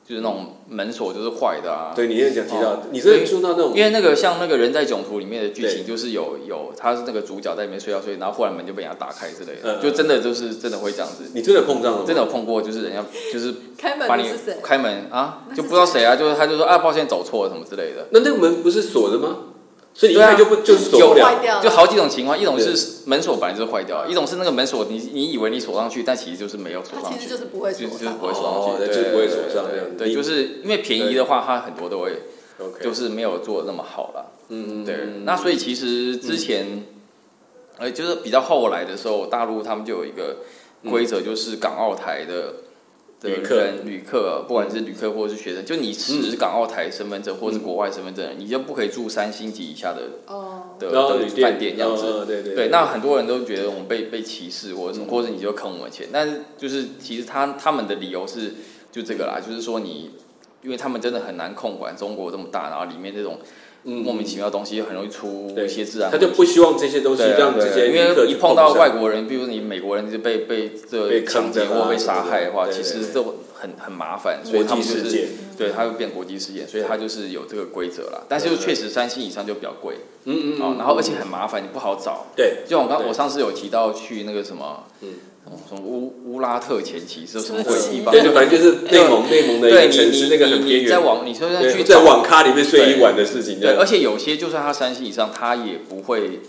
S3: 就是那种门锁就是坏的啊，
S1: 对，你也讲提到
S3: 哦，
S1: 你真的住到那种
S3: 因为那个像那个人在囧途里面的剧
S1: 对
S3: 情，就是有有他是那个主角在里面睡觉睡，然后忽然门就被人家打开之类
S1: 嗯
S3: 的，
S1: 嗯
S3: 就真的就是真的会这样子。
S1: 你真的碰到了吗？
S3: 真的有碰过，就是人家就是
S2: 开门
S3: 把
S2: 的
S3: 你
S2: 是谁？
S3: 开门啊
S2: 那，是
S3: 就不知道谁啊，就是他就说啊，抱歉走错了什么之类的，
S1: 那那个门不是锁的吗？所以你一
S3: 对啊
S1: 开就不、就是锁不
S3: 有
S1: 了
S2: 坏。掉了，
S3: 就好几种情况，一种
S1: 对
S3: 是门锁本来就是坏掉，一种是那个门锁你你以为你锁上去，但其实就是没有锁
S2: 他
S3: 上
S2: 其
S3: 去
S2: 实，就是不会
S3: 就
S2: 锁
S3: 就是
S2: 上
S3: 不。会锁上
S1: 哦
S3: 去，对
S1: 就是不会锁上
S3: 对
S1: 这样子
S3: 对，
S1: 你
S3: 对就是因为便宜的话，它很多都会
S1: OK，
S3: 就是没有做的那么好啦。
S1: 嗯
S3: 对，那所以其实之前，呃，就是比较后来的时候，大陆他们就有一个规则，就是港澳台的的
S1: 旅客嗯
S3: 人旅客，不管是旅客或者是学生，就你持港澳台身份证或是国外身份证，你就不可以住三星级以下的
S2: 哦，
S3: 的
S1: 然后
S3: 的
S1: 旅
S3: 饭店这样子。
S1: 嗯嗯对对
S3: 对，那很多人都觉得我们被被歧视或者什
S1: 嗯
S3: 么，或者你就坑我们钱，但是就是其实他他们的理由是就这个啦，就是说你，因为他们真的很难控管中国这么大，然后里面这种
S1: 嗯
S3: 莫名其妙的东西，很容易出
S1: 对
S3: 一些自然
S1: 他
S3: 问
S1: 就
S3: 题。
S1: 不希望这些东西
S3: 对啊
S1: 让
S3: 对
S1: 这
S3: 啊
S1: 些
S3: 因
S1: 旅客
S3: 为一
S1: 去
S3: 碰到
S1: 上
S3: 外国人，比如你美国人就被被
S1: 被
S3: 这
S1: 坑
S3: 抢劫
S1: 的啦
S3: 或被杀害的话，
S1: 对对
S3: 其
S1: 对
S3: 实都很很麻烦，所
S1: 国
S3: 以他
S1: 际
S3: 们就
S1: 事
S3: 是
S1: 件，
S3: 对，它会变国际事件，所以它就是有这个规则啦。但是
S1: 对
S3: 就
S1: 对
S3: 确实三星以上就比较贵
S1: 嗯嗯
S3: 哦，然后而且很麻烦，你不好找。
S1: 对，
S3: 就像我刚
S1: 对
S3: 我上次有提到去那个什么，
S1: 嗯
S3: 哦，什么乌乌拉特前期是什么
S2: 什
S3: 鬼
S2: 么
S3: 地
S2: 奇
S3: 方？
S1: 对，就反正就是内蒙内蒙的一
S3: 对
S1: 个
S3: 你
S1: 城市，那个很
S3: 你你
S1: 边
S3: 你在
S1: 缘，
S3: 网，你说要去
S1: 对，在
S3: 找
S1: 网咖里面睡一晚的事情，
S3: 对，
S1: 这样
S3: 而且有些就算他三星以上，他也不会，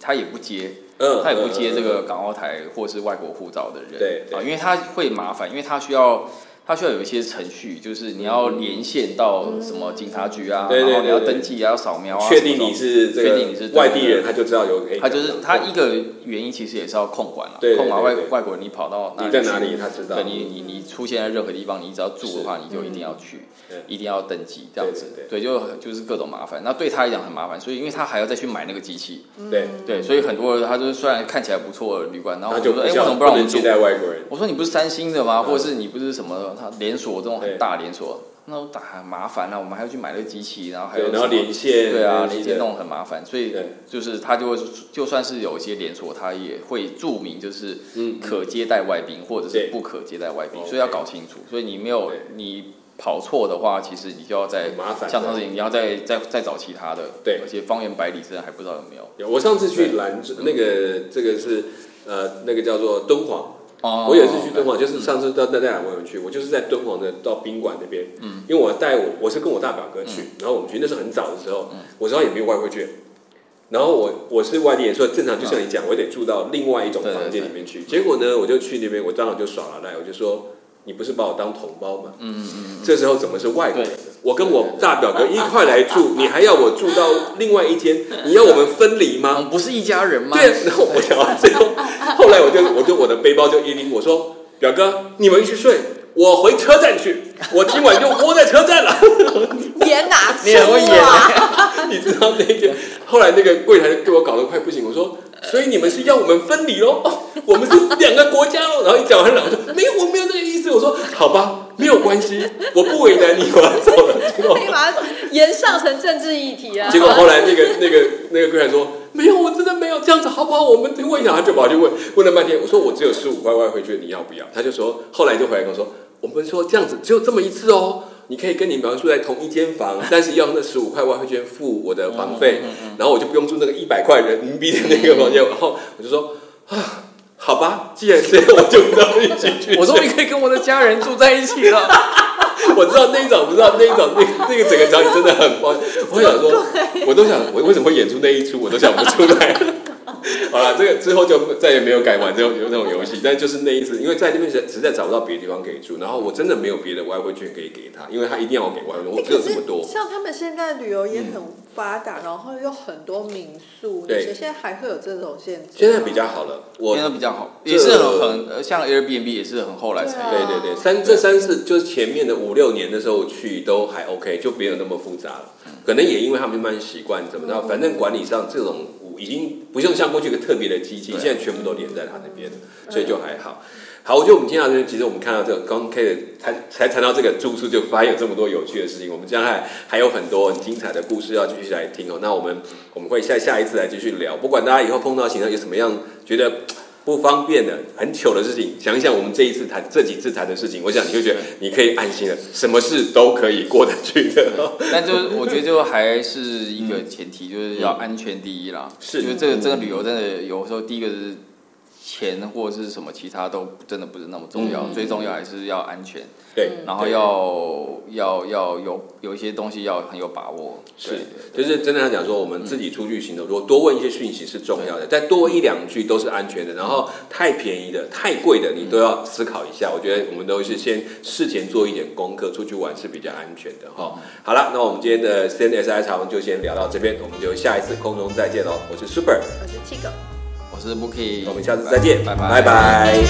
S3: 他也不接，
S1: 嗯，
S3: 他也不接这
S1: 嗯，
S3: 个港澳台或是外国护照的人，
S1: 对对
S3: 啊，因为他会麻烦，因为他需要。他需要有一些程序，就是你要连线到什么警察局啊，
S1: 对对
S3: 然后你要
S1: 对对
S3: 登记啊，要扫描啊，
S1: 确定
S3: 什么
S1: 你是这
S3: 确定你
S1: 个
S3: 是
S1: 外地人，他就知道有可以哦
S3: 他
S1: 港港，
S3: 就是他一个原因，其实也是要控管了，啊
S1: 对对
S3: 控管
S1: 对
S3: 外
S1: 对
S3: 外国人，你跑到
S1: 你
S3: 里
S1: 在哪
S3: 去
S1: 里，他知道
S3: 对，你你你出现在任何地方，你只要住的话，你就一定要去
S1: 嗯，
S3: 一定要登记这样子
S1: 对。
S3: 对，就就是各种麻烦。那对他来讲很麻烦，所以因为他还要再去买那个机器，
S1: 对，
S3: 对，所以很多人他就是虽然看起来不错的旅馆，然后
S1: 他
S3: 我
S1: 嗯就
S3: 就
S1: 不
S3: 说，哎，为
S1: 叫
S3: 什么不让我们
S1: 能
S3: 住
S1: 接？待外国人？
S3: 我说你不是三星的吗？
S1: 嗯
S3: 或者是你不是什么他连锁这种
S1: 对
S3: 很大连锁？那我打很麻烦啊，我们还要去买那个机器，然后还有
S1: 对，然后
S3: 什么
S1: 连线，
S3: 对啊，
S1: 是
S3: 连
S1: 的
S3: 接弄很麻烦，所以
S1: 对
S3: 就是他就会就算是有一些连锁，他也会注明就是
S1: 嗯
S3: 可接待外宾或者
S1: 对
S3: 是不可接待外宾，
S1: OK
S3: 所以要搞清楚。所以你没有
S1: 对
S3: 你跑错的话，其实你就要在
S1: 很麻烦
S3: 像上次你要再再再找其他的，
S1: 对
S3: 而且方圆百里之内还不知道有没有。
S1: 有我上次去
S3: 对
S1: 兰州，那个这个是呃那个叫做敦煌，
S3: 哦
S1: 我也是去敦煌，就是上次到带带两位人去，我就是在敦煌的到宾馆那边，嗯，因为我带我我是跟我大表哥
S3: 嗯
S1: 去，然后我们去那是很早的时候，我知道也没有外汇券。然后我我是外地人，所以正常就像你讲，我得住到另外一种
S3: 对对
S1: 房间里面去。结果呢，我就去那边，我当场就耍了赖，我就说你不是把我当同胞吗？嗯嗯这时候怎么是外国人
S3: 对？
S1: 我跟我大表哥一块来住，你还要我住到另外一间，你要我们分离吗？
S3: 我们不是一家人吗？
S1: 对，然后我想到最后， 后来我就我就我的背包就一拎，我说表哥，你们去睡，我回车站去，我今晚就窝在车站了。
S2: 演哪
S3: 你很会
S2: 出
S3: 演
S2: 啊？
S1: 你知道那天，后来那个柜台给我搞得快不行，我说，所以你们是要我们分离喽、哦？ 我们是两个国家喽？然后一讲完了，我说没有，我没有这个意思。我说好吧，没有关系，我不为难你，我要走了。结
S3: 哦
S1: 果
S2: 可以把它演上成政治议题 啊？
S1: 结果后来那个那个那个柜台说没有，我真的没有这样子，好不好？我们问一下，他就跑去问，问了半天，我说我只有十五块外汇券，你要不要？他就说，后来就回来跟我说，我们说这样子只有这么一次哦。你可以跟你表哥住在同一间房，但是要那十五块外汇券付我的房费，然后我就不用住那个一百块人民币的那个房间。然后我就说啊，好吧，既然这样，我就跟他们一起去睡。
S3: 我终于可以跟我的家人住在一起 了。
S1: 我知道那一场，不知道那一场，那那个整个场景真的很 棒。我想说，我都想，我为什么会演出那一出，我都想不出来。 好了，这个之后就再也没有敢玩这种这种游戏，但就是那一次，因为在那边实实在找不到别的地方可以住，然后我真的没有别的外汇券可以给他，因为他一定要我给外汇，我
S2: 哎
S1: 只有
S2: 可
S1: 这么多
S2: 是。像他们现在旅游也很发达，然后有很多民宿，
S1: 对
S2: 那些现在还会有这种限制吗？
S1: 现在比较好了，我
S3: 现在比较好，
S1: 这
S3: 也是很很呃像 Airbnb 也是很后来才
S2: 对
S1: 对
S2: 啊
S1: 对对，三这三次就是前面的五六年的时候去都还 OK，就没有那么复杂了。可能也因为他们慢慢习惯怎么着，反正管理上这种已经不用像过去一个特别的机器，
S3: 对
S1: 现在全部都连在他那边，所以就还好。好，我觉得我们听到这边，其实我们看到这个刚开始谈才谈到这个住宿，就发现有这么多有趣的事情。我们将来还有很多很精彩的故事要继续来听哦。那我们我们会下下一次来继续聊，不管大家以后碰到行程有什么样觉得不方便的、很糗的事情，想一想我们这一次谈这几次谈的事情，我想你就觉得你可以安心了，什么事都可以过得去的。
S3: 但就是我觉得就还是一个前提，就是要安全第一啦。
S1: 是
S3: 就是这个这个旅游真的有时候第一个是钱或者是什么其他都真的不是那么重要，
S1: 嗯
S3: 最重要还是要安全，
S1: 对，
S3: 然后要要要有有一些东西要很有把握。
S1: 是
S3: 对，
S1: 就是真的要讲说，我们自己出去行走，如果多问一些讯息是重要的，再多问一两句都是安全的。然后太便宜的、太贵的，你都要思考一下。我觉得我们都是先事前做一点功课，出去玩是比较安全的哈。
S3: 嗯
S1: 好了，那我们今天的 CNSI 茶文就先聊到这边，我们就下一次空中再见喽。我是 Super，
S2: 我是 Tigo。
S3: 我是 Bookie，
S1: 我们下次再见，
S3: 拜
S1: 拜拜